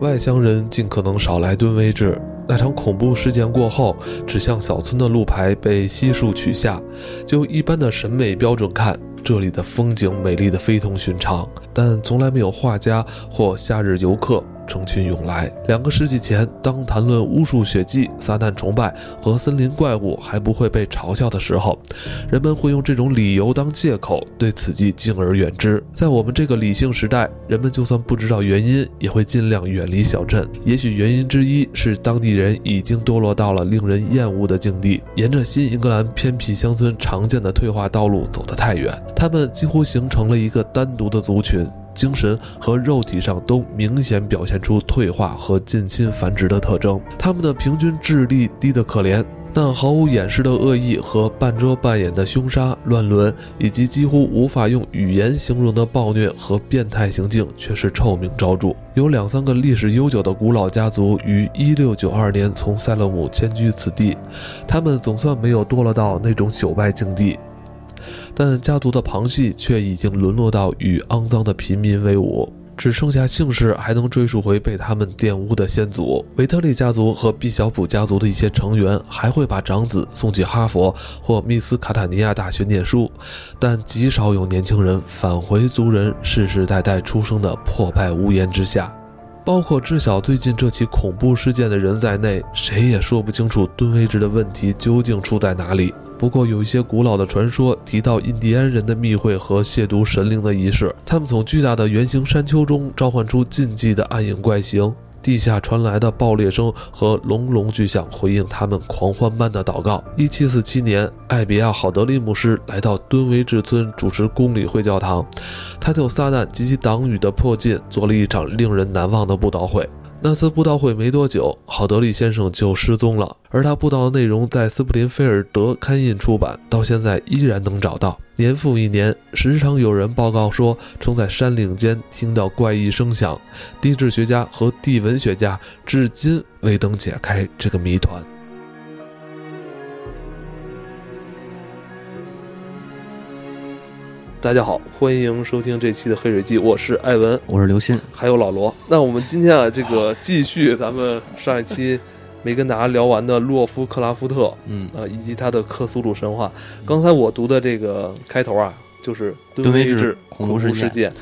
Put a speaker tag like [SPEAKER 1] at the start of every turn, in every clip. [SPEAKER 1] 外乡人尽可能少来敦为止。那场恐怖事件过后，指向小村的路牌被悉数取下。就一般的审美标准看，这里的风景美丽的非同寻常，但从来没有画家或夏日游客成群涌来。两个世纪前，当谈论巫术、血祭、撒旦崇拜和森林怪物还不会被嘲笑的时候，人们会用这种理由当借口，对此计敬而远之。在我们这个理性时代，人们就算不知道原因，也会尽量远离小镇。也许原因之一是当地人已经堕落到了令人厌恶的境地，沿着新英格兰偏僻乡村常见的退化道路走得太远，他们几乎形成了一个单独的族群。精神和肉体上都明显表现出退化和近亲繁殖的特征，他们的平均智力低得可怜，那毫无掩饰的恶意和半遮半掩的凶杀、乱伦，以及几乎无法用语言形容的暴虐和变态行径，却是臭名昭著。有两三个历史悠久的古老家族于1692年从塞勒姆迁居此地，他们总算没有堕落到那种朽败境地。但家族的旁系却已经沦落到与肮脏的平民为伍，只剩下姓氏还能追溯回被他们玷污的先祖。维特利家族和毕小普家族的一些成员还会把长子送去哈佛或密斯卡塔尼亚大学念书，但极少有年轻人返回族人世世代代出生的破败屋檐之下。包括知晓最近这起恐怖事件的人在内，谁也说不清楚吨位制的问题究竟出在哪里。不过，有一些古老的传说提到印第安人的密会和亵渎神灵的仪式，他们从巨大的圆形山丘中召唤出禁忌的暗影怪形，地下传来的爆裂声和隆隆巨响回应他们狂欢般的祷告。一七四七年，艾比亚·好德利牧师来到敦威治村主持公理会教堂，他就撒旦及其党羽的迫近做了一场令人难忘的布道会。那次布道会没多久，好德利先生就失踪了，而他布道的内容在斯普林菲尔德刊印出版，到现在依然能找到。年复一年，时常有人报告说，曾在山岭间听到怪异声响。地质学家和地文学家至今未能解开这个谜团。大家好，欢迎收听这期的《黑水记》，我是艾文，
[SPEAKER 2] 我是刘鑫。
[SPEAKER 1] 还有老罗。那我们今天啊，这个继续咱们上一期没跟大家聊完的洛夫克拉夫特
[SPEAKER 2] 嗯，
[SPEAKER 1] 啊、以及他的克苏鲁神话。刚才我读的这个开头啊，就是敦威
[SPEAKER 2] 敦威
[SPEAKER 1] 治
[SPEAKER 2] 治恐
[SPEAKER 1] 怖
[SPEAKER 2] 怖事件
[SPEAKER 1] 件。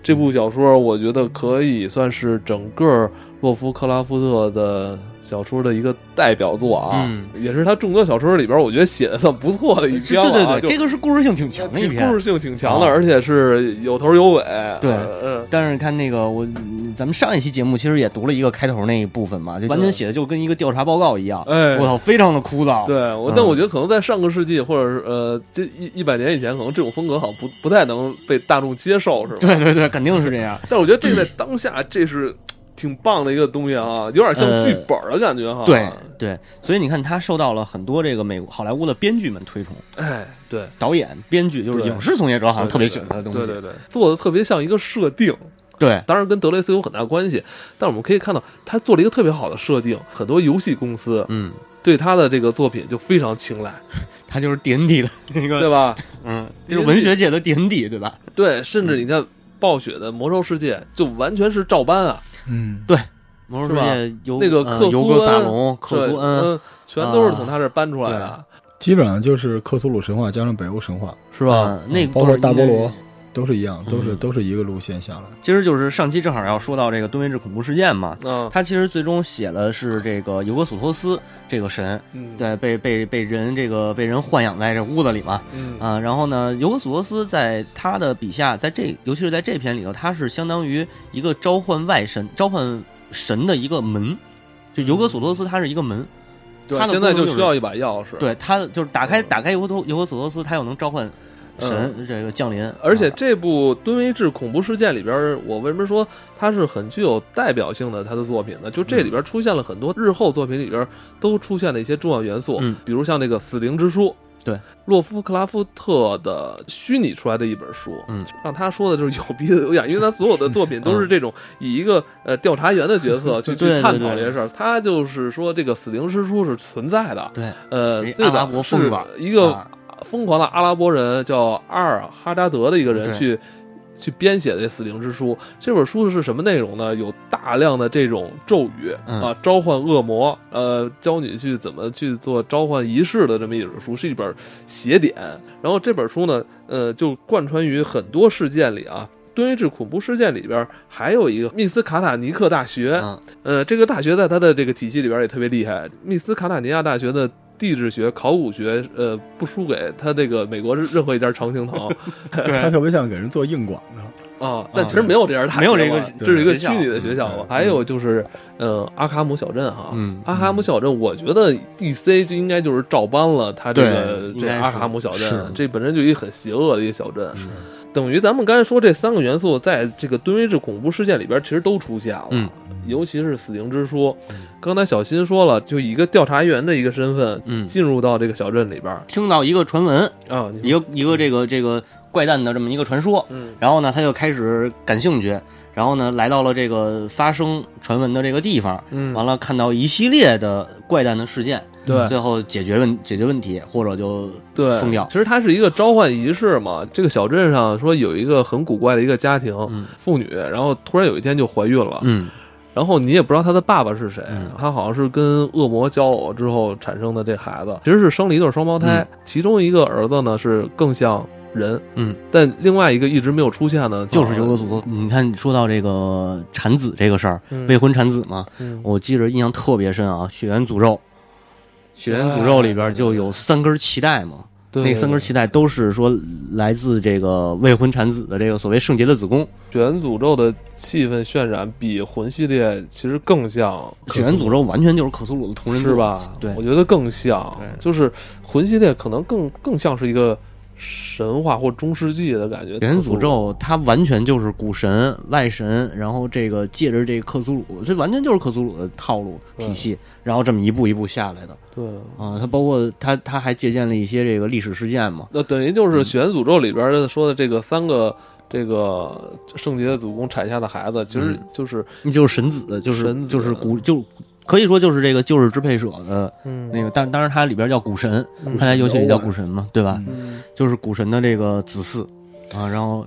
[SPEAKER 1] 这部小说我觉得可以算是整个洛夫克拉夫特的小说的一个代表作啊，
[SPEAKER 2] 嗯
[SPEAKER 1] 也是他众多小说里边我觉得写的算不错的一
[SPEAKER 2] 是
[SPEAKER 1] 篇了、
[SPEAKER 2] 对
[SPEAKER 1] 啊。
[SPEAKER 2] 对
[SPEAKER 1] 就
[SPEAKER 2] 对，这个是故事性挺强的一
[SPEAKER 1] 挺
[SPEAKER 2] 篇
[SPEAKER 1] 故。事性挺强的，
[SPEAKER 2] 啊
[SPEAKER 1] 而且是有头有尾。
[SPEAKER 2] 对
[SPEAKER 1] 呃嗯、
[SPEAKER 2] 但是看那个我，嗯咱们上一期节目其实也读了一个开头那一部分嘛，就完全写的就跟一个调查报告一样，
[SPEAKER 1] 哎，
[SPEAKER 2] 我操，非常的枯燥。，
[SPEAKER 1] 对，我
[SPEAKER 2] 嗯
[SPEAKER 1] 但我觉得可能在上个世纪，或者是呃，这一一百年以前，可能这种风格好像不不太能被大众接受，是吧？
[SPEAKER 2] 对对对，肯定是这样。
[SPEAKER 1] 但我觉得这个在当下，这是挺棒的一个东西啊，有点像
[SPEAKER 2] 呃
[SPEAKER 1] 剧本的感觉哈。
[SPEAKER 2] 对对，所以你看，他受到了很多这个美国好莱坞的编剧们推崇，
[SPEAKER 1] 哎，对，
[SPEAKER 2] 导演、编剧就是
[SPEAKER 1] 对
[SPEAKER 2] 影视从业者好像
[SPEAKER 1] 对
[SPEAKER 2] 啊特别喜欢他的东西。
[SPEAKER 1] 对对对，做的特别像一个设定，
[SPEAKER 2] 对
[SPEAKER 1] 当然跟德雷斯有很大关系，但我们可以看到他做了一个特别好的设定，很多游戏公司
[SPEAKER 2] 嗯，
[SPEAKER 1] 对他的这个作品就非常青睐，
[SPEAKER 2] 他就是 D N D 的那
[SPEAKER 1] 对
[SPEAKER 2] 个，
[SPEAKER 1] 吧？
[SPEAKER 2] 嗯，就是文学界的 D N D，对吧？
[SPEAKER 1] 对，甚至你看暴雪的《魔兽世界》就完全是照搬啊。
[SPEAKER 3] 嗯，
[SPEAKER 2] 魔
[SPEAKER 1] 是
[SPEAKER 2] 兽世
[SPEAKER 1] 吧
[SPEAKER 2] 界尤
[SPEAKER 1] 那个
[SPEAKER 2] 呃
[SPEAKER 1] 克苏
[SPEAKER 2] 尤格萨
[SPEAKER 1] 恩
[SPEAKER 2] 隆、克苏
[SPEAKER 1] 对
[SPEAKER 2] 恩，
[SPEAKER 1] 嗯，全都是从他这儿搬出来的，
[SPEAKER 3] 基本上就是克苏鲁神话加上北欧神话，
[SPEAKER 1] 是
[SPEAKER 2] 啊是
[SPEAKER 1] 吧？？
[SPEAKER 2] 啊那个
[SPEAKER 3] 啊包括大菠
[SPEAKER 2] 那
[SPEAKER 3] 萝都是一样，
[SPEAKER 2] 嗯
[SPEAKER 3] 都是都是一个路线下来。
[SPEAKER 2] 其实就是上期正好要说到这个敦威治恐怖事件嘛，
[SPEAKER 1] 嗯
[SPEAKER 2] 他其实最终写的是这个尤格索托斯这个神
[SPEAKER 1] 嗯，
[SPEAKER 2] 在被被被人这个被人豢养在这屋子里嘛。
[SPEAKER 1] 嗯
[SPEAKER 2] 啊，然后呢，尤格索托斯在他的笔下，在这尤其是在这篇里头，他是相当于一个召唤外神、召唤神的一个门，就尤格索托斯他是一个门，
[SPEAKER 1] 对
[SPEAKER 2] 他，的
[SPEAKER 1] 现在
[SPEAKER 2] 功
[SPEAKER 1] 就
[SPEAKER 2] 能就是
[SPEAKER 1] 需要一把钥匙。，
[SPEAKER 2] 对他就是打开
[SPEAKER 1] 嗯
[SPEAKER 2] 打开尤格托尤格索托斯，他又能召唤神这个降临，
[SPEAKER 1] 而且
[SPEAKER 2] 啊
[SPEAKER 1] 这部《敦威治恐怖事件》里边儿，我为什么说它是很具有代表性的他的作品呢？就这里边出现了很多日后作品里边都出现的一些重要元素，
[SPEAKER 2] 嗯
[SPEAKER 1] 比如像那个《死灵之书》。
[SPEAKER 2] 对，
[SPEAKER 1] 洛夫克拉夫特的虚拟出来的一本书，
[SPEAKER 2] 嗯，
[SPEAKER 1] 让他说的就是有鼻子有眼，因为他所有的作品都是这种 以一个呃调查员的角色去
[SPEAKER 2] 对
[SPEAKER 1] 去
[SPEAKER 2] 对
[SPEAKER 1] 探讨
[SPEAKER 2] 对
[SPEAKER 1] 这些事儿。他就是说，这个死灵之书是存在的，
[SPEAKER 2] 对
[SPEAKER 1] 呃，
[SPEAKER 2] 人
[SPEAKER 1] 最
[SPEAKER 2] 阿拉
[SPEAKER 1] 早
[SPEAKER 2] 伯
[SPEAKER 1] 是
[SPEAKER 2] 疯子
[SPEAKER 1] 一个哎
[SPEAKER 2] 啊
[SPEAKER 1] 疯狂的阿拉伯人叫阿尔哈扎德的一个人
[SPEAKER 2] 嗯对
[SPEAKER 1] 去去编写的这死灵之书。这本书是什么内容呢？有大量的这种咒语
[SPEAKER 2] 嗯
[SPEAKER 1] 啊，召唤恶魔，呃，教你去怎么去做召唤仪式的这么一本书，是一本邪典。然后这本书呢，呃，就贯穿于很多事件里啊。敦义治恐怖事件里边还有一个密斯卡塔尼克大学，
[SPEAKER 2] 嗯
[SPEAKER 1] 呃，这个大学在它的这个体系里边也特别厉害，密斯卡塔尼亚大学的。地质学、考古学，呃，不输给它这个美国是任何一家常青 藤
[SPEAKER 3] 他特别像给人做硬广的，
[SPEAKER 1] 啊，但其实没有这样大学，
[SPEAKER 2] 没有这个
[SPEAKER 1] 这是一个
[SPEAKER 2] 学
[SPEAKER 1] 虚
[SPEAKER 2] 校
[SPEAKER 1] 拟的学校嘛
[SPEAKER 3] 嗯。
[SPEAKER 1] 还有就是，呃，阿卡姆小镇哈，
[SPEAKER 2] 嗯
[SPEAKER 1] 阿卡姆小镇，我觉得 DC 就应该就是照搬了它这个
[SPEAKER 2] 对应
[SPEAKER 1] 这
[SPEAKER 2] 该是
[SPEAKER 1] 阿卡姆小镇啊
[SPEAKER 3] 是，
[SPEAKER 1] 这本身就一个很邪恶的一个小镇，
[SPEAKER 2] 嗯
[SPEAKER 1] 等于咱们刚才说这三个元素，在这个敦威治恐怖事件里边其实都出现了，
[SPEAKER 2] 嗯
[SPEAKER 1] 尤其是死灵之书。刚才小新说了，就以一个调查员的一个身份
[SPEAKER 2] 嗯，
[SPEAKER 1] 进入到这个小镇里边
[SPEAKER 2] 听到一个传闻，
[SPEAKER 1] 啊，你
[SPEAKER 2] 一个一个这个这个怪诞的这么一个传说，
[SPEAKER 1] 嗯
[SPEAKER 2] 然后呢，他就开始感兴趣，然后呢，来到了这个发生传闻的这个地方，
[SPEAKER 1] 嗯
[SPEAKER 2] 完了看到一系列的怪诞的事件，
[SPEAKER 1] 对
[SPEAKER 2] 最后解决问解决问题，或者就
[SPEAKER 1] 对，
[SPEAKER 2] 疯掉
[SPEAKER 1] 其实它是一个召唤仪式嘛。这个小镇上说有一个很古怪的一个家庭、
[SPEAKER 2] 嗯
[SPEAKER 1] 妇女，然后突然有一天就怀孕了，
[SPEAKER 2] 嗯
[SPEAKER 1] 然后你也不知道她的爸爸是谁
[SPEAKER 2] 嗯，
[SPEAKER 1] 她、好像是跟恶魔交偶之后产生的这孩子，其实是生了一对双胞胎，其中一个儿子呢是更像人，
[SPEAKER 2] 嗯，
[SPEAKER 1] 但另外一个一直没有出现的
[SPEAKER 2] 就是
[SPEAKER 1] 有
[SPEAKER 2] 游格组。你看，说到这个产子这个事儿，
[SPEAKER 1] 嗯
[SPEAKER 2] 未婚产子嘛，
[SPEAKER 1] 嗯
[SPEAKER 2] 我记着印象特别深啊，《血缘诅咒》。血缘诅咒里边就有三根脐带嘛，
[SPEAKER 1] 对
[SPEAKER 2] 那三根脐带都是说来自这个未婚产子的这个所谓圣洁的子宫。
[SPEAKER 1] 血缘诅咒的气氛渲染比魂系列其实更像
[SPEAKER 2] 血缘诅咒完全就是克苏鲁的同人作
[SPEAKER 1] 是吧？
[SPEAKER 2] 对
[SPEAKER 1] 我，觉得更像，
[SPEAKER 2] 对
[SPEAKER 1] 就是魂系列可能更更像是一个神话或中世纪的感觉。
[SPEAKER 2] 原
[SPEAKER 1] 可
[SPEAKER 2] 诅
[SPEAKER 1] 能
[SPEAKER 2] 咒它完全就是古神、外神，然后这个借着这个克苏鲁，这完全就是克苏鲁的套路体系，然后这么一步一步下来的
[SPEAKER 1] 对，
[SPEAKER 2] 啊。它包括它，它还借鉴了一些这个历史事件嘛。
[SPEAKER 1] 那等于
[SPEAKER 2] 嗯
[SPEAKER 1] 就是血缘诅咒里边说的这个三个。这个圣洁的祖公产下的孩子，其实
[SPEAKER 2] 嗯
[SPEAKER 1] 就是
[SPEAKER 2] 那就是神子，就是
[SPEAKER 1] 神子
[SPEAKER 2] 就是古就可以说就是这个旧日支配者的
[SPEAKER 1] 嗯
[SPEAKER 2] 那个，但当然它里边叫古神，
[SPEAKER 1] 嗯
[SPEAKER 2] 它在游戏里叫古神嘛，对吧？
[SPEAKER 1] 嗯
[SPEAKER 2] 就是古神的这个子嗣啊，然后，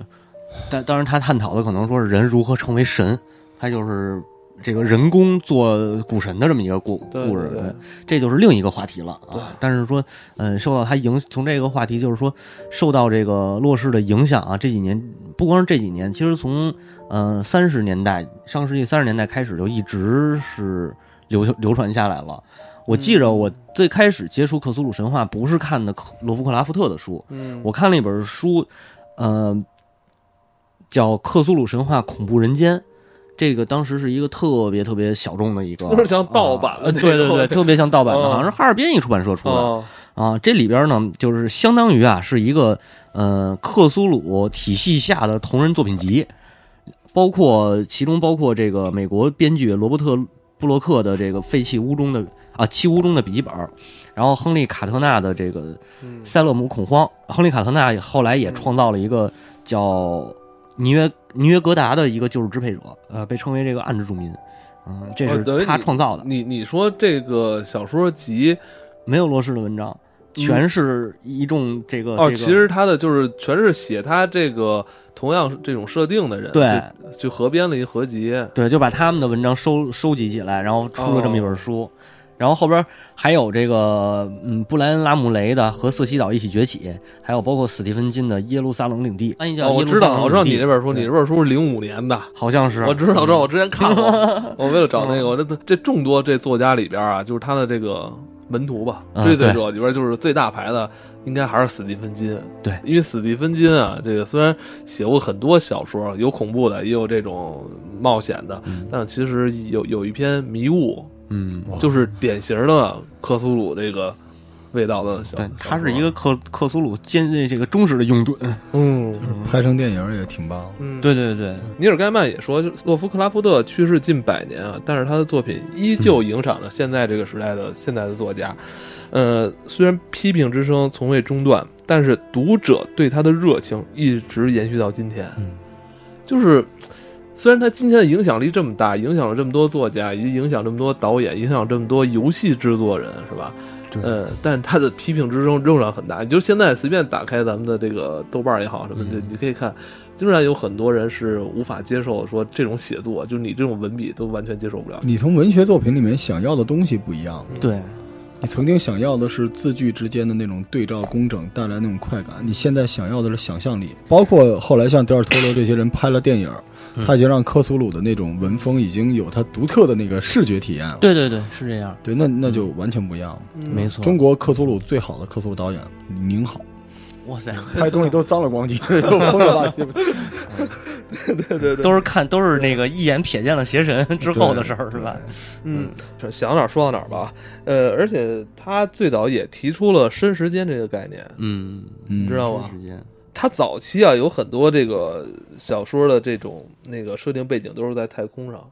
[SPEAKER 2] 但当然他探讨的可能说是人如何成为神，他就是这个人工做古神的这么一个故
[SPEAKER 1] 对
[SPEAKER 2] 故事，
[SPEAKER 1] 对对
[SPEAKER 2] 这就是另一个话题了
[SPEAKER 1] 对
[SPEAKER 2] 啊。但是说，嗯，受到他影从这个话题就是说受到这个洛氏的影响啊，这几年不光是这几年，其实从呃三十年代上世纪三十年代开始就一直是流流传下来了。我记着，我最开始接触克苏鲁神话不是看的克罗夫克拉夫特的书，
[SPEAKER 1] 嗯，
[SPEAKER 2] 我看了一本书，呃，叫《克苏鲁神话：恐怖人间》，这个当时是一个特别特别小众的一 个，
[SPEAKER 1] 有点像盗版的
[SPEAKER 2] 啊
[SPEAKER 1] 那
[SPEAKER 2] 对对
[SPEAKER 1] 种
[SPEAKER 2] 对，特别像盗版
[SPEAKER 1] 嗯
[SPEAKER 2] 的，好像是哈尔滨一出版社出的、
[SPEAKER 1] 啊，
[SPEAKER 2] 啊。这里边呢，就是相当于啊，是一个呃克苏鲁体系下的同人作品集，包括其中包括这个美国编剧罗伯特布洛克的这个《废弃屋中的啊弃屋中的笔记本》，然后亨利卡特纳的这个。
[SPEAKER 1] 嗯
[SPEAKER 2] 塞勒姆恐慌。亨利卡特纳后来也创造了一个叫尼约尼约格达的一个救世支配者，呃，被称为这个暗之住民。嗯，这
[SPEAKER 1] 哦等于
[SPEAKER 2] 是他
[SPEAKER 1] 你
[SPEAKER 2] 创造的，
[SPEAKER 1] 你你说这个小说集
[SPEAKER 2] 没有罗氏的文章，全是一众这个
[SPEAKER 1] 嗯哦，
[SPEAKER 2] 呃这个
[SPEAKER 1] 其实它的就是全是写他这个同样是这种设定的人，
[SPEAKER 2] 对
[SPEAKER 1] 就，就合编了一合集，
[SPEAKER 2] 呃对，就把他们的文章收收集起来，然后出了这么
[SPEAKER 1] 哦
[SPEAKER 2] 一本书。然后后边还有这个，嗯，布莱恩·拉姆雷的《和瑟西岛一起崛起》，还有包括史蒂芬金的《耶路撒冷领地》，翻译叫
[SPEAKER 1] 哦，
[SPEAKER 2] 《
[SPEAKER 1] 我
[SPEAKER 2] 耶路
[SPEAKER 1] 知
[SPEAKER 2] 撒冷领
[SPEAKER 1] 道，
[SPEAKER 2] 地》
[SPEAKER 1] 我知道你这本书，
[SPEAKER 2] 对
[SPEAKER 1] 你这本书是零五年的，
[SPEAKER 2] 好像是
[SPEAKER 1] 我知道，知道，我之前看 过。我为了找
[SPEAKER 2] 嗯
[SPEAKER 1] 那个，我这这众多这作家里边啊，就是他的这个门徒吧，
[SPEAKER 2] 嗯
[SPEAKER 1] 追随者里边，就是最大牌的，应该还是史蒂芬金。
[SPEAKER 2] 对
[SPEAKER 1] 因为史蒂芬金啊，这个虽然写过很多小说，有恐怖的，也有这种冒险的，但其实有有一篇《迷雾
[SPEAKER 2] 嗯，》，
[SPEAKER 1] 就是典型的克苏鲁这个味道的小。
[SPEAKER 2] 对，
[SPEAKER 1] 小
[SPEAKER 2] 他
[SPEAKER 1] 说
[SPEAKER 2] 是一个克克苏鲁坚这个忠实的拥趸。
[SPEAKER 1] 嗯
[SPEAKER 3] 拍成电影也挺棒。
[SPEAKER 1] 嗯，
[SPEAKER 2] 对对对，
[SPEAKER 1] 尼尔盖曼也说，就洛夫克拉夫特去世近百年啊，但是他的作品依
[SPEAKER 2] 嗯
[SPEAKER 1] 旧影响着现在这个时代的现在的作家。呃，虽然批评之声从未中断，但是读者对他的热情一直延续到今天。
[SPEAKER 2] 嗯，
[SPEAKER 1] 就是虽然他今天的影响力这么大，影响了这么多作家，也影响这么多导演，影响这么多游戏制作人，是吧？
[SPEAKER 2] 对
[SPEAKER 1] 呃，但他的批评之声仍然很大。你就现在随便打开咱们的这个豆瓣儿也好什么的，
[SPEAKER 2] 嗯
[SPEAKER 1] 你可以看，仍然有很多人是无法接受说这种写作，就你这种文笔都完全接受不了。
[SPEAKER 3] 你从文学作品里面想要的东西不一样，
[SPEAKER 2] 对，
[SPEAKER 3] 你曾经想要的是字句之间的那种对照工整带来那种快感，你现在想要的是想象力。包括后来像德尔托罗这些人拍了电影儿
[SPEAKER 2] 嗯，
[SPEAKER 3] 他已经让科苏鲁的那种文风已经有他独特的那个视觉体验了。
[SPEAKER 2] 对对对，是这样，
[SPEAKER 3] 对，那那就完全不一样了。
[SPEAKER 1] 嗯
[SPEAKER 2] 没错。
[SPEAKER 3] 中国克苏鲁最好的克苏鲁导演宁好，
[SPEAKER 2] 哇塞，
[SPEAKER 3] 拍东西都脏了光叽，都风了吧唧。
[SPEAKER 1] 对对对，
[SPEAKER 2] 都是看都是那个一眼瞥见了邪神 之后的事儿，是吧？
[SPEAKER 1] 嗯，想哪儿说到哪儿吧。呃，而且他最早也提出了“深时间”这个概念，
[SPEAKER 2] 嗯，
[SPEAKER 1] 你
[SPEAKER 3] 嗯
[SPEAKER 1] 知，道吗？
[SPEAKER 2] 时间，
[SPEAKER 1] 他早期啊有很多这个小说的这种那个设定背景都是在太空上，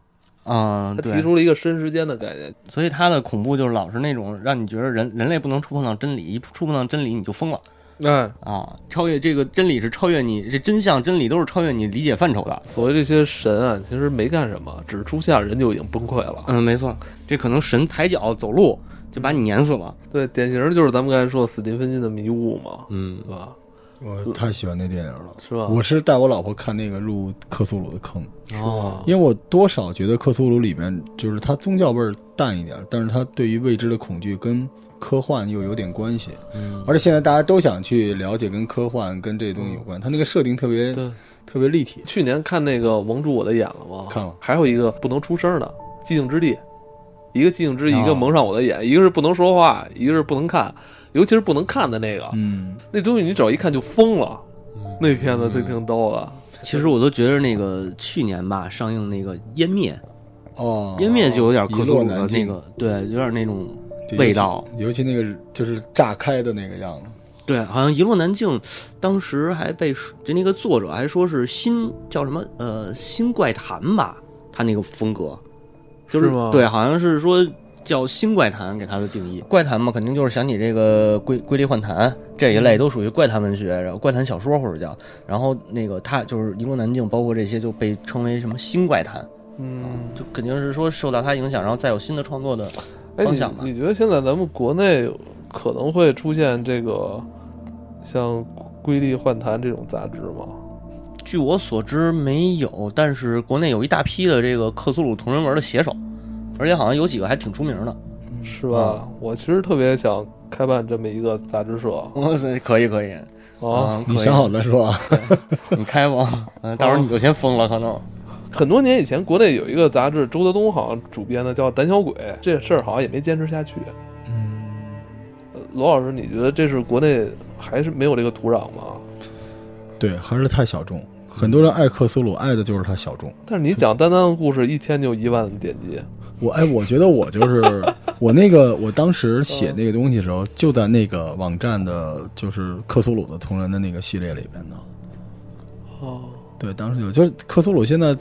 [SPEAKER 2] 啊、
[SPEAKER 1] 他提
[SPEAKER 2] 对，
[SPEAKER 1] 出了一个“深时间”的概念。
[SPEAKER 2] 所以他的恐怖就是老是那种让你觉得人人类不能触碰到真理，一触碰到真理你就疯了
[SPEAKER 1] 哎，
[SPEAKER 2] 啊！超越这个真理是超越你这真相真理都是超越你理解范畴的。
[SPEAKER 1] 所谓这些神啊，其实没干什么，只是出现了人就已经崩溃了。
[SPEAKER 2] 嗯，没错，这可能神抬脚走路就把你碾死了。
[SPEAKER 1] 对，典型就是咱们刚才说的斯蒂芬金的迷雾嘛，
[SPEAKER 2] 嗯
[SPEAKER 1] 对吧？
[SPEAKER 3] 我太喜欢那电影了。
[SPEAKER 1] 是吧？
[SPEAKER 3] 我是带我老婆看那个入克苏鲁的坑，
[SPEAKER 1] 哦，
[SPEAKER 3] 因为我多少觉得克苏鲁里面就是它宗教味儿淡一点，但是它对于未知的恐惧跟科幻又有点关系。
[SPEAKER 2] 嗯
[SPEAKER 3] 而且现在大家都想去了解跟科幻跟这东西有关，它那个设定特别
[SPEAKER 1] 对，
[SPEAKER 3] 特别立体。
[SPEAKER 1] 去年看那个《蒙住我的眼》了吗？
[SPEAKER 3] 看了
[SPEAKER 1] 还有一个不能出声的《寂静之地》，一个《寂静之地》，一个
[SPEAKER 3] 哦
[SPEAKER 1] 蒙上我的眼，一个是不能说话，一个是不能看，尤其是不能看的那个，
[SPEAKER 3] 嗯，
[SPEAKER 1] 那东西你只要一看就疯了。那片子挺挺逗的，
[SPEAKER 2] 其实我都觉得那个去年吧上映那个《湮灭》，
[SPEAKER 3] 哦，
[SPEAKER 2] 湮灭就有点克苏鲁的
[SPEAKER 3] 一落难
[SPEAKER 2] 那
[SPEAKER 3] 尽
[SPEAKER 2] 个，对，有点那种
[SPEAKER 3] 就尤其
[SPEAKER 2] 味道。
[SPEAKER 3] 尤其那个就是炸开的那个样子。
[SPEAKER 2] 对，好像一落难境，当时还被说就那个作者还说是新叫什么呃新怪谈吧，他那个风格，就是
[SPEAKER 1] 吗
[SPEAKER 2] 对，好像是说叫新怪谈给他的定义。怪谈嘛，肯定就是想起这个瑰瑰丽幻谈这一类，都属于怪谈文学，然后怪谈小说或者叫，然后那个他就是一落难境，包括这些就被称为什么新怪谈，
[SPEAKER 1] 嗯，
[SPEAKER 2] 就肯定是说受到他影响，然后再有新的创作的
[SPEAKER 1] 哎，
[SPEAKER 2] 方
[SPEAKER 1] 你
[SPEAKER 2] 向吧。
[SPEAKER 1] 你觉得现在咱们国内可能会出现这个像《瑰丽幻谈》这种杂志吗？
[SPEAKER 2] 据我所知没有，但是国内有一大批的这个克苏鲁同人文的写手，而且好像有几个还挺出名的。
[SPEAKER 1] 是吧？我其实特别想开办这么一个杂志社
[SPEAKER 2] 哇塞，可以可以
[SPEAKER 1] 啊，
[SPEAKER 2] 嗯
[SPEAKER 3] 你
[SPEAKER 2] 可以
[SPEAKER 3] 想好哦再说啊。
[SPEAKER 2] 你开吧，嗯，到时候你就先疯了，可能。
[SPEAKER 1] 很多年以前，国内有一个杂志，周德东好像主编的，叫《胆小鬼》，这事儿好像也没坚持下去。
[SPEAKER 3] 嗯，
[SPEAKER 1] 呃罗老师，你觉得这是国内还是没有这个土壤吗？
[SPEAKER 3] 对，还是太小众。很多人爱克苏鲁，爱的就是它小众。
[SPEAKER 1] 但是你讲丹丹的故事，一天就一万点击，
[SPEAKER 3] 我哎，我觉得我就是我那个，我当时写那个东西的时候，就在那个网站的，就是克苏鲁的同人的那个系列里边呢。
[SPEAKER 1] 哦，
[SPEAKER 3] 对，当时有，就是克苏鲁现在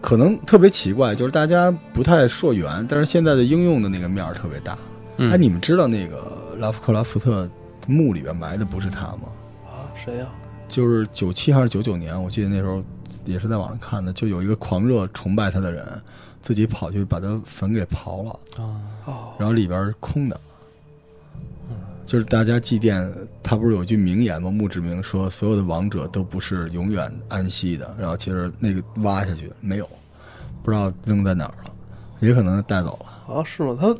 [SPEAKER 3] 可能特别奇怪，就是大家不太溯源，但是现在的应用的那个面儿特别大。哎，你们知道那个拉夫克拉福特墓里边埋的不是他吗？
[SPEAKER 1] 啊，谁呀、
[SPEAKER 3] 就是九七还是九九年，我记得那时候也是在网上看的，就有一个狂热崇拜他的人，自己跑去把他坟给刨了，
[SPEAKER 1] 哦，
[SPEAKER 3] 然后里边是空的。就是大家祭奠，他不是有一句名言吗？墓志铭说所有的亡者都不是永远安息的。然后其实那个挖下去没有，不知道扔在哪儿了，也可能带走了。
[SPEAKER 1] 啊，是吗？他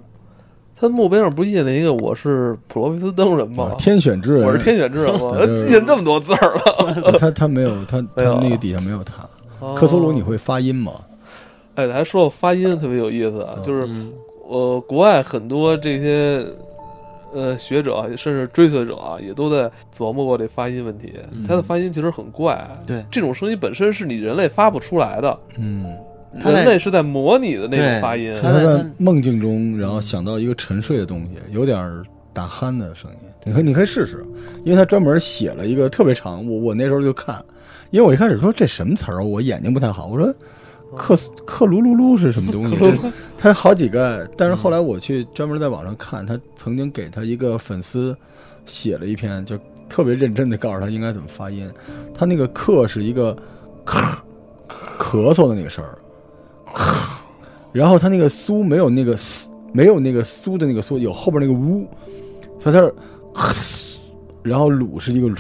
[SPEAKER 1] 他墓碑上不是印了一个我是普罗菲斯登人吗
[SPEAKER 3] 啊？天选之人，
[SPEAKER 1] 我是天选之人吗？
[SPEAKER 3] 对
[SPEAKER 1] 他
[SPEAKER 3] 对对
[SPEAKER 1] 印这么多字儿了。
[SPEAKER 3] 他他没有他他
[SPEAKER 1] 没有啊哦
[SPEAKER 3] 那个底下没有他。克苏鲁你会发音吗？
[SPEAKER 1] 哎，还说到发音特别有意思啊，就是
[SPEAKER 2] 嗯
[SPEAKER 1] 呃，国外很多这些呃学者甚至追随者啊，也都在琢磨过这发音问题。它的发音其实很怪，
[SPEAKER 2] 嗯
[SPEAKER 1] 啊
[SPEAKER 2] 对
[SPEAKER 1] 这种声音本身是你人类发不出来的，
[SPEAKER 3] 嗯，
[SPEAKER 2] 它在
[SPEAKER 1] 人类是在模拟的那种发音
[SPEAKER 2] 对。
[SPEAKER 3] 他
[SPEAKER 2] 他在
[SPEAKER 3] 在梦境中，然后想到一个沉睡的东西，有点儿打鼾的声音。你可以你可以试试，因为他专门写了一个特别长，我我那时候就看，因为我一开始说这什么词儿啊，我眼睛不太好，我说克苏克噜噜噜是什么东西？这 他好几个，但是后来我去专门在网上看，他曾经给他一个粉丝写了一篇，就特别认真的告诉他应该怎么发音。他那个克是一个咳咳嗽的那个声儿，咳然后他那个苏没有那个嘶没有那个苏的那个苏，有后边那个呜，所以它是，然后鲁是一个鲁，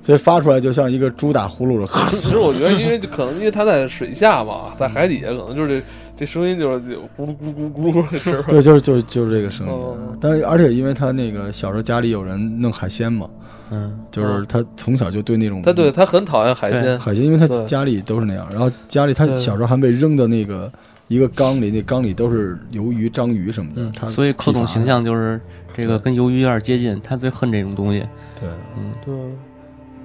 [SPEAKER 3] 所以发出来就像一个猪打呼噜的。
[SPEAKER 1] 其实我觉得，因为就可能因为它在水下嘛，在海底下，可能就是这这声音就是咕噜咕噜咕噜咕噜的 声儿。
[SPEAKER 3] 对，就是就是就是这个声
[SPEAKER 1] 哦
[SPEAKER 3] 音。但是而且因为他那个小时候家里有人弄海鲜嘛，
[SPEAKER 2] 嗯，
[SPEAKER 3] 就是他从小就对那种
[SPEAKER 1] 它哦对它很讨厌海鲜，
[SPEAKER 3] 海鲜，因为他
[SPEAKER 1] 对
[SPEAKER 3] 家里都是那样。然后家里他
[SPEAKER 1] 对
[SPEAKER 3] 小时候还被扔到那个一个缸里，那缸里都是鱿鱼、章鱼什么的。
[SPEAKER 2] 嗯
[SPEAKER 3] 他
[SPEAKER 2] 所以克总
[SPEAKER 3] 体罚
[SPEAKER 2] 形象就是这个跟鱿鱼有点接近，他最恨这种东西。
[SPEAKER 3] 对
[SPEAKER 2] 嗯，
[SPEAKER 1] 对，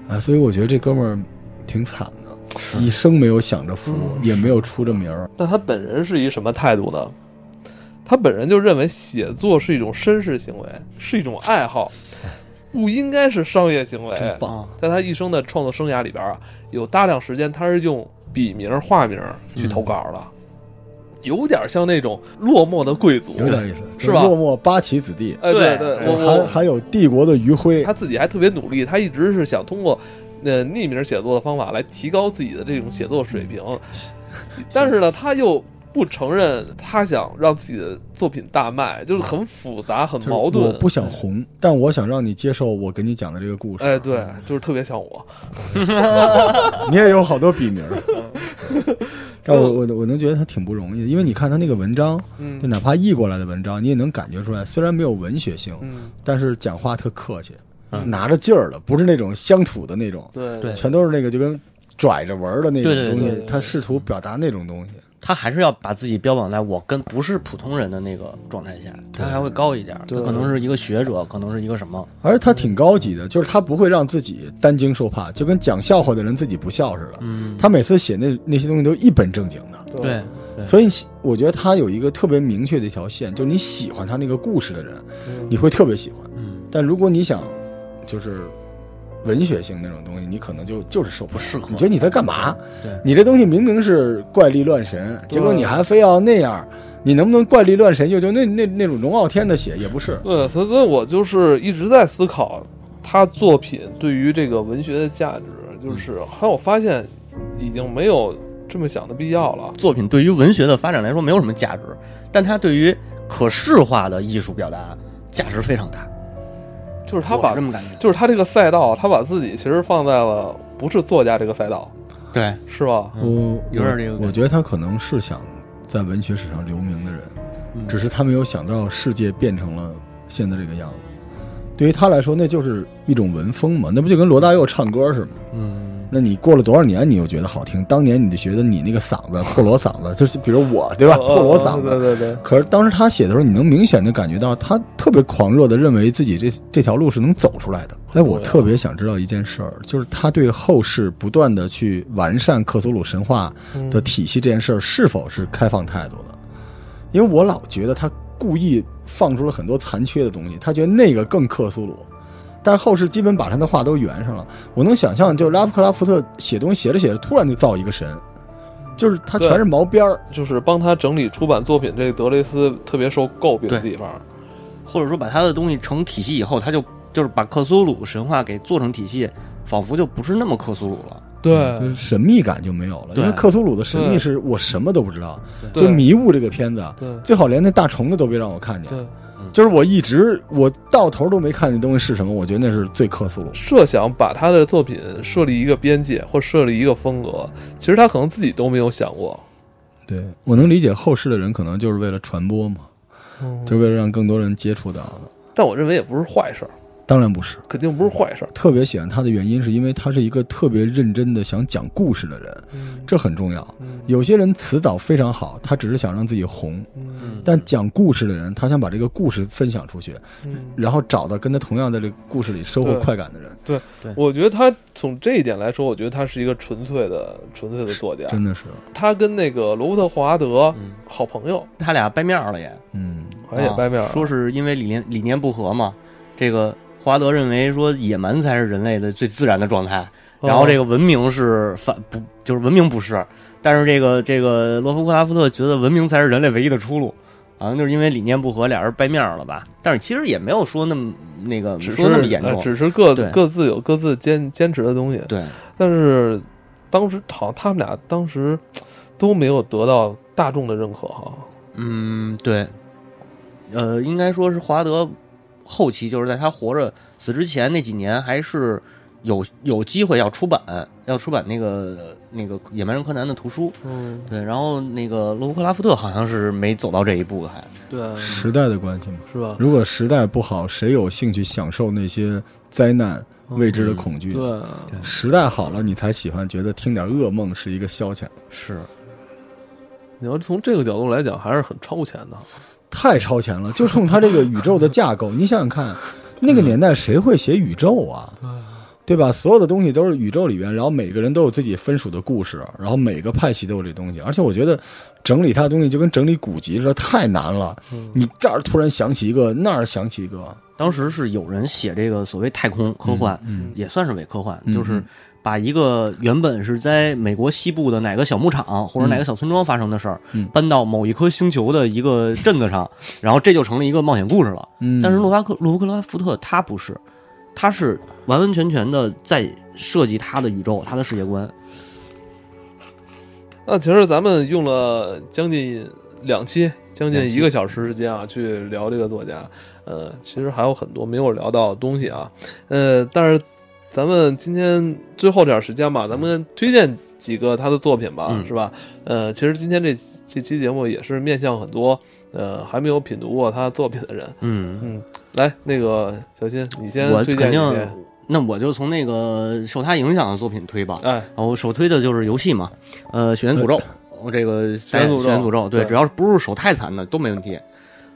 [SPEAKER 3] 啊，所以我觉得这哥们儿挺惨的，一生没有享着福，
[SPEAKER 1] 嗯
[SPEAKER 3] 也没有出这名儿。
[SPEAKER 1] 那他本人是一什么态度呢？他本人就认为写作是一种绅士行为，是一种爱好，不应该是商业行为。
[SPEAKER 3] 真棒
[SPEAKER 2] 啊，
[SPEAKER 1] 在他一生的创作生涯里边啊，有大量时间他是用笔名、化名去
[SPEAKER 3] 嗯
[SPEAKER 1] 投稿的，有点像那种落寞的贵族，
[SPEAKER 3] 有点意思，
[SPEAKER 1] 是吧
[SPEAKER 3] 落寞八旗子弟，
[SPEAKER 1] 哎，对
[SPEAKER 4] 对
[SPEAKER 1] 对，
[SPEAKER 4] 对
[SPEAKER 1] 我
[SPEAKER 3] 还
[SPEAKER 1] 我
[SPEAKER 3] 还有帝国的余晖
[SPEAKER 1] 他，自己还特别努力，他一直是想通过呃匿名写作的方法来提高自己的这种写作水平，但是呢，他又不承认他想让自己的作品大卖，就是很复杂、很
[SPEAKER 3] 就是
[SPEAKER 1] 矛盾
[SPEAKER 3] 我。不想红，但我想让你接受我给你讲的这个故事。
[SPEAKER 1] 哎，对，就是特别像我，
[SPEAKER 3] 你也有好多笔名儿，但我我我能觉得他挺不容易的，因为你看他那个文章，
[SPEAKER 1] 嗯
[SPEAKER 3] 就哪怕译过来的文章，你也能感觉出来，虽然没有文学性，
[SPEAKER 1] 嗯，
[SPEAKER 3] 但是讲话特客气，
[SPEAKER 2] 嗯
[SPEAKER 3] 拿着劲儿了，不是那种乡土的那种，
[SPEAKER 1] 对
[SPEAKER 2] 对
[SPEAKER 3] 全都是那个就跟拽着玩儿的那种
[SPEAKER 2] 对对
[SPEAKER 3] 东
[SPEAKER 2] 对
[SPEAKER 3] 西，
[SPEAKER 1] 对对
[SPEAKER 3] 他试图表达那种东西。
[SPEAKER 2] 他还是要把自己标榜在我跟不是普通人的那个状态下，他还会高一点儿，他
[SPEAKER 1] 对
[SPEAKER 2] 可能是一个学者，可能是一个什么，
[SPEAKER 3] 而且他挺高级的，就是他不会让自己担惊受怕，就跟讲笑话的人自己不笑似的。
[SPEAKER 2] 嗯，
[SPEAKER 3] 他每次写那那些东西都一本正经的，
[SPEAKER 2] 对，
[SPEAKER 3] 所以你喜我觉得他有一个特别明确的一条线，就是你喜欢他那个故事的人，
[SPEAKER 1] 嗯
[SPEAKER 3] 你会特别喜欢。
[SPEAKER 2] 嗯，
[SPEAKER 3] 但如果你想就是文学性那种东西，你可能就就是受不适合。你觉得你在干嘛？
[SPEAKER 2] 对，
[SPEAKER 3] 你这东西明明是怪力乱神，结果
[SPEAKER 1] 对
[SPEAKER 3] 你还非要那样，你能不能怪力乱神？就就那那那种龙傲天的写也不是。
[SPEAKER 1] 对，所以所以我就是一直在思考他作品对于这个文学的价值，就是后来我发现已经没有这么想的必要了。
[SPEAKER 2] 作品对于文学的发展来说没有什么价值，但它对于可视化的艺术表达价值非常大。
[SPEAKER 1] 就是他
[SPEAKER 2] 我
[SPEAKER 1] 把
[SPEAKER 2] 是这么感觉，
[SPEAKER 1] 就是他这个赛道，他把自己其实放在了不是作家这个赛道，
[SPEAKER 2] 对，
[SPEAKER 1] 是吧？
[SPEAKER 3] 我
[SPEAKER 2] 有点这个感觉
[SPEAKER 3] 我觉得他可能是想在文学史上留名的人，
[SPEAKER 2] 嗯
[SPEAKER 3] 只是他没有想到世界变成了现在这个样子。对于他来说，那就是一种文风嘛，那不就跟罗大佑唱歌似的吗？
[SPEAKER 2] 嗯，
[SPEAKER 3] 那你过了多少年，你又觉得好听？当年你就觉得你那个嗓子破锣嗓子，就是比如我对吧，破锣嗓
[SPEAKER 1] 哦对
[SPEAKER 3] 子。
[SPEAKER 1] 呃对对，
[SPEAKER 3] 可是当时他写的时候，你能明显的感觉到他特别狂热的认为自己这这条路是能走出来的。哎，我
[SPEAKER 1] 啊
[SPEAKER 3] 特别想知道一件事儿，就是他对后世不断的去完善克苏鲁神话
[SPEAKER 1] 嗯
[SPEAKER 3] 的体系这件事儿是否是开放态度的？因为我老觉得他故意放出了很多残缺的东西，他觉得那个更克苏鲁，但是后世基本把他的话都圆上了。我能想象，就拉夫克拉夫特写东西写着写着，突然就造一个神，就是他全是毛边儿。
[SPEAKER 1] 就是帮他整理出版作品，这个德雷斯特别受诟病的地方。
[SPEAKER 2] 或者说把他的东西成体系以后，他就就是把克苏鲁神话给做成体系，仿佛就不是那么克苏鲁了。
[SPEAKER 3] 就是神秘感就没有了，因
[SPEAKER 2] 对
[SPEAKER 3] 为克苏鲁的神秘
[SPEAKER 1] 对
[SPEAKER 3] 是我什么都不知道，
[SPEAKER 1] 对
[SPEAKER 3] 就迷雾这个片子啊，
[SPEAKER 1] 对
[SPEAKER 3] 最好连那大虫子都别让我看见。
[SPEAKER 1] 对，
[SPEAKER 3] 就是我一直我到头都没看见东西是什么，我觉得那是最克苏鲁。
[SPEAKER 1] 设想把他的作品设立一个边界或设立一个风格，其实他可能自己都没有想过。
[SPEAKER 3] 对我能理解后世的人可能就是为了传播嘛，
[SPEAKER 1] 嗯
[SPEAKER 3] 就是为了让更多人接触到的。
[SPEAKER 1] 但我认为也不是坏事儿，
[SPEAKER 3] 当然不是，
[SPEAKER 1] 肯定不是坏事儿。
[SPEAKER 3] 特别喜欢他的原因是因为他是一个特别认真的想讲故事的人，
[SPEAKER 1] 嗯
[SPEAKER 3] 这很重要。有些人词藻非常好，他只是想让自己红，
[SPEAKER 1] 嗯
[SPEAKER 3] 但讲故事的人，他想把这个故事分享出去，
[SPEAKER 1] 嗯，
[SPEAKER 3] 然后找到跟他同样在这个故事里收获
[SPEAKER 1] 对
[SPEAKER 3] 快感的人，
[SPEAKER 1] 我觉得他从这一点来说，我觉得他是一个纯粹的、纯粹的作家。
[SPEAKER 3] 真的是，
[SPEAKER 1] 他跟那个罗伯特·霍华德
[SPEAKER 2] 嗯，
[SPEAKER 1] 好朋友，
[SPEAKER 2] 他俩掰面儿了也，
[SPEAKER 3] 嗯，
[SPEAKER 1] 好像也掰面
[SPEAKER 2] 啊
[SPEAKER 1] 儿。
[SPEAKER 2] 说是因为理念理念不合嘛。这个霍华德认为说野蛮才是人类的最自然的状态，
[SPEAKER 1] 哦
[SPEAKER 2] 然后这个文明是反不就是文明不是，但是这个这个罗夫克拉夫特觉得文明才是人类唯一的出路。好像就是因为理念不合，俩人掰面儿了吧？但是其实也没有说那么那个
[SPEAKER 1] 只是
[SPEAKER 2] 说那么严
[SPEAKER 1] 呃
[SPEAKER 2] 重，
[SPEAKER 1] 只是各
[SPEAKER 2] 对
[SPEAKER 1] 各自有各自坚坚持的东西。
[SPEAKER 2] 对，
[SPEAKER 1] 但是当时好像他们俩当时都没有得到大众的认可哈。
[SPEAKER 2] 嗯，对，呃，应该说是华德后期，就是在他活着死之前那几年，还是有有机会要出版，要出版那个那个《野蛮人柯南》的图书。
[SPEAKER 1] 嗯，
[SPEAKER 2] 对，然后那个罗伯克拉夫特好像是没走到这一步的，还
[SPEAKER 1] 对，
[SPEAKER 3] 时代的关系嘛。
[SPEAKER 1] 是吧？
[SPEAKER 3] 如果时代不好，谁有兴趣享受那些灾难、未知的恐惧？
[SPEAKER 1] 对，
[SPEAKER 2] 嗯
[SPEAKER 3] 时代好了，你才喜欢觉得听点噩梦是一个消遣，
[SPEAKER 2] 是
[SPEAKER 1] 你要从这个角度来讲，还是很超前的。
[SPEAKER 3] 太超前了。就冲它这个宇宙的架构，你想想看，那个年代谁会写宇宙啊？
[SPEAKER 1] 嗯
[SPEAKER 3] 对吧？所有的东西都是宇宙里边，然后每个人都有自己分属的故事，然后每个派系都有这东西。而且我觉得整理它的东西就跟整理古籍似的，太难了。
[SPEAKER 1] 嗯
[SPEAKER 3] 你这儿突然想起一个，那儿想起一个，
[SPEAKER 2] 当时是有人写这个所谓太空科幻，
[SPEAKER 3] 嗯
[SPEAKER 2] 也算是伪科幻，
[SPEAKER 3] 嗯
[SPEAKER 2] 就是把一个原本是在美国西部的哪个小牧场或者哪个小村庄发生的事儿，
[SPEAKER 3] 嗯
[SPEAKER 2] 搬到某一颗星球的一个镇子 上，然后这就成了一个冒险故事了。
[SPEAKER 3] 嗯
[SPEAKER 2] 但是洛巴克洛夫克拉福特他不是，他是完完全全的在设计他的宇宙、他的世界观。
[SPEAKER 1] 那其实咱们用了将近两期，将近
[SPEAKER 2] 两期
[SPEAKER 1] 一个小时时间啊，去聊这个作家。呃，其实还有很多没有聊到的东西啊。呃，但是咱们今天最后点时间吧，咱们推荐几个他的作品吧，
[SPEAKER 2] 嗯
[SPEAKER 1] 是吧？呃，其实今天这这期节目也是面向很多呃还没有品读过他作品的人。
[SPEAKER 2] 嗯，
[SPEAKER 1] 嗯，来，那个小新，你先
[SPEAKER 2] 我
[SPEAKER 1] 推荐
[SPEAKER 2] 肯定
[SPEAKER 1] 一些。，
[SPEAKER 2] 那我就从那个受他影响的作品推吧。
[SPEAKER 1] 哎，
[SPEAKER 2] 然后啊首推的就是游戏嘛，呃，《血源诅咒》我这个《
[SPEAKER 1] 血源诅咒
[SPEAKER 2] 血源诅咒》对，
[SPEAKER 1] 对
[SPEAKER 2] 只要是不是手太残的都没问题。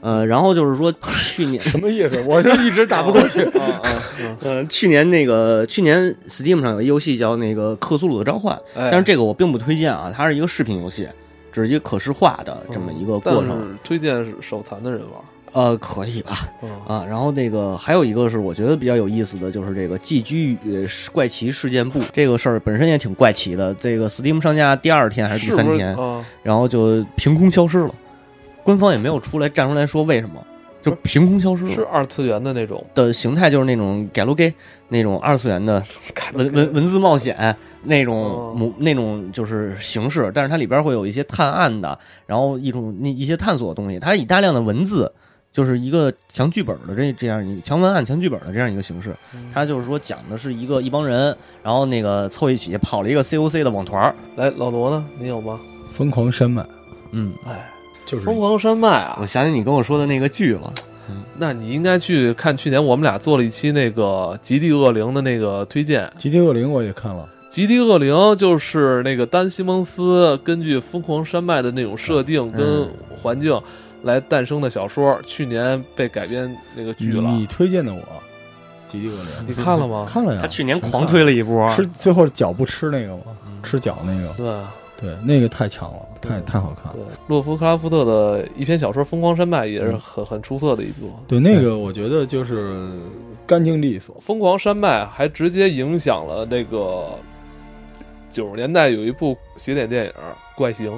[SPEAKER 2] 呃，然后就是说去年，
[SPEAKER 3] 什么意思？我就一直打不过去。
[SPEAKER 1] 啊啊啊！
[SPEAKER 2] 呃，去年那个去年 Steam 上有一游戏叫那个《克苏鲁的召唤》，
[SPEAKER 1] 哎
[SPEAKER 2] 但是这个我并不推荐啊，它是一个视频游戏，只是一个可视化的这么一个过程。
[SPEAKER 1] 但是推荐手残的人玩。
[SPEAKER 2] 呃，可以吧？
[SPEAKER 1] 嗯
[SPEAKER 2] 啊，然后那个还有一个是我觉得比较有意思的，就是这个寄居与呃怪奇事件簿这个事儿本身也挺怪奇的。这个 Steam 上架第二天还是第三
[SPEAKER 1] 不
[SPEAKER 2] 天，
[SPEAKER 1] 啊？
[SPEAKER 2] 然后就凭空消失了，官方也没有出来站出来说为什么，就凭空消失了。
[SPEAKER 1] 是二次元的那种
[SPEAKER 2] 的形态就是那种改路 gay 那种二次元的文文文字冒险那种
[SPEAKER 1] 哦
[SPEAKER 2] 模、那种就是形式，但是它里边会有一些探案的，然后一种那一些探索的东西，它以大量的文字。就是一个强剧本的这这样一个强文案、强剧本的这样一个形式，
[SPEAKER 1] 嗯
[SPEAKER 2] 它就是说讲的是一个一帮人，然后那个凑一起跑了一个 COC 的网团儿，
[SPEAKER 1] 来，老罗呢？你有吗？
[SPEAKER 3] 疯狂山脉
[SPEAKER 2] 嗯，
[SPEAKER 3] 就
[SPEAKER 1] 疯狂山脉啊
[SPEAKER 2] 我！想起你跟我说的那个剧了，
[SPEAKER 1] 那你应该去看去年我们俩做了一期那个《极地恶灵》的那个推荐，
[SPEAKER 3] 《极地恶灵》我也看了，
[SPEAKER 1] 《极地恶灵》就是那个丹西蒙斯根据疯狂山脉的那种设定
[SPEAKER 2] 嗯
[SPEAKER 1] 跟环境来诞生的小说，去年被改编那个剧了。
[SPEAKER 2] 嗯
[SPEAKER 3] 你推荐的我《极地恶灵
[SPEAKER 1] 你看了吗》？
[SPEAKER 3] 看了呀，
[SPEAKER 2] 啊他去年狂推了一波，
[SPEAKER 3] 吃最后脚不吃那个吗？吃脚那个，
[SPEAKER 1] 对
[SPEAKER 3] 对，那个太强了，太太好看了。
[SPEAKER 1] 对，洛夫克拉夫特的一篇小说《疯狂山脉》也是很很出色的一部。
[SPEAKER 3] 对，那个我觉得就是干净利索。
[SPEAKER 1] 疯狂山脉还直接影响了那个九十年代有一部邪典电影《怪形》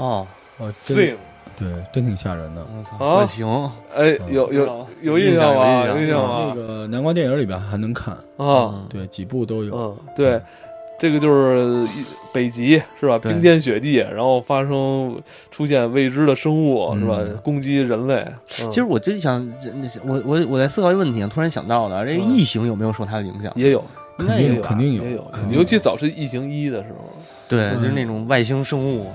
[SPEAKER 2] 哦，
[SPEAKER 3] 啊，
[SPEAKER 1] Thing
[SPEAKER 3] 真对，真挺吓人的。
[SPEAKER 2] 我操，
[SPEAKER 1] 啊
[SPEAKER 2] 怪形，
[SPEAKER 1] 哎，有有有印象吗？
[SPEAKER 2] 有
[SPEAKER 1] 印
[SPEAKER 2] 印象有印象
[SPEAKER 1] 象
[SPEAKER 3] 那
[SPEAKER 1] 吗？
[SPEAKER 3] 个南瓜电影里边还能看，
[SPEAKER 1] 啊，
[SPEAKER 2] 嗯
[SPEAKER 3] 对，几部都
[SPEAKER 2] 哦
[SPEAKER 3] 有。
[SPEAKER 1] 嗯，对，这个就是一北极是吧？
[SPEAKER 2] 对
[SPEAKER 1] 冰天雪地，然后发生出现未知的生物是吧
[SPEAKER 3] 嗯？
[SPEAKER 1] 攻击人类。嗯其
[SPEAKER 2] 其实我就想，我我我在思考一个问题，啊突然想到的，这个
[SPEAKER 1] 嗯
[SPEAKER 2] 异形有没有受它的影响？
[SPEAKER 1] 也有，
[SPEAKER 2] 应
[SPEAKER 3] 肯
[SPEAKER 2] 该
[SPEAKER 3] 定
[SPEAKER 2] 也有吧，
[SPEAKER 3] 肯定
[SPEAKER 1] 也有啊
[SPEAKER 3] 有，肯，定
[SPEAKER 1] 尤其早是疫情一的时候，
[SPEAKER 2] 对，
[SPEAKER 3] 嗯
[SPEAKER 2] 就是那种外星生 物，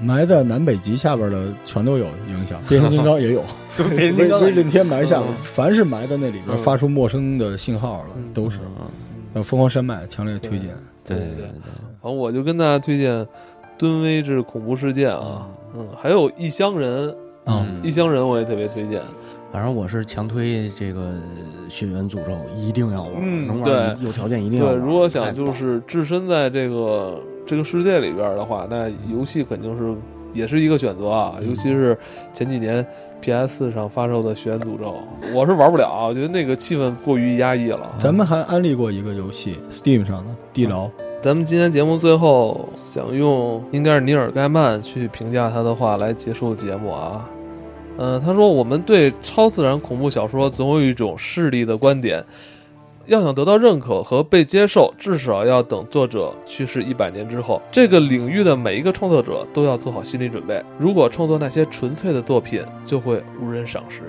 [SPEAKER 3] 埋在南北极下边的全都有影 响，变形金刚也有，
[SPEAKER 2] 都
[SPEAKER 3] 威
[SPEAKER 2] 变
[SPEAKER 3] 威震天埋下
[SPEAKER 1] 嗯，
[SPEAKER 3] 凡是埋在那里边
[SPEAKER 1] 嗯
[SPEAKER 3] 发出陌生的信号了
[SPEAKER 1] 嗯，
[SPEAKER 3] 都是。那疯狂山脉强烈推荐，
[SPEAKER 2] 对对对，
[SPEAKER 1] 然后我就跟大家推荐《敦威治恐怖事件》啊，嗯，还有《异乡人》，
[SPEAKER 3] 啊
[SPEAKER 2] 嗯
[SPEAKER 1] 《异乡人》我也特别推荐。
[SPEAKER 2] 反正我是强推这个《血源诅咒》，一定要玩，
[SPEAKER 1] 嗯
[SPEAKER 2] 能玩
[SPEAKER 1] 对
[SPEAKER 2] 有啊条件一定要
[SPEAKER 1] 对，
[SPEAKER 2] 玩。
[SPEAKER 1] 如果
[SPEAKER 2] 太
[SPEAKER 1] 想就
[SPEAKER 2] 棒了
[SPEAKER 1] 是置身在这个这个世界里边儿的话，那游戏肯定是也是一个选择啊，尤
[SPEAKER 2] 嗯
[SPEAKER 1] 其是前几年 PS 上发售的《血源诅咒》，我是玩不了啊，我觉得那个气氛过于压抑了。
[SPEAKER 3] 咱们还安利过一个游戏，Steam 上的《地牢》，
[SPEAKER 1] 咱们今天节目最后想用应该是尼尔盖曼去评价他的话来结束节目啊。嗯、他说我们对超自然恐怖小说总有一种势利的观点，要想得到认可和被接受，至少要等作者去世一百年之后。这个领域的每一个创作者都要做好心理准备，如果创作那些纯粹的作品，就会无人赏识。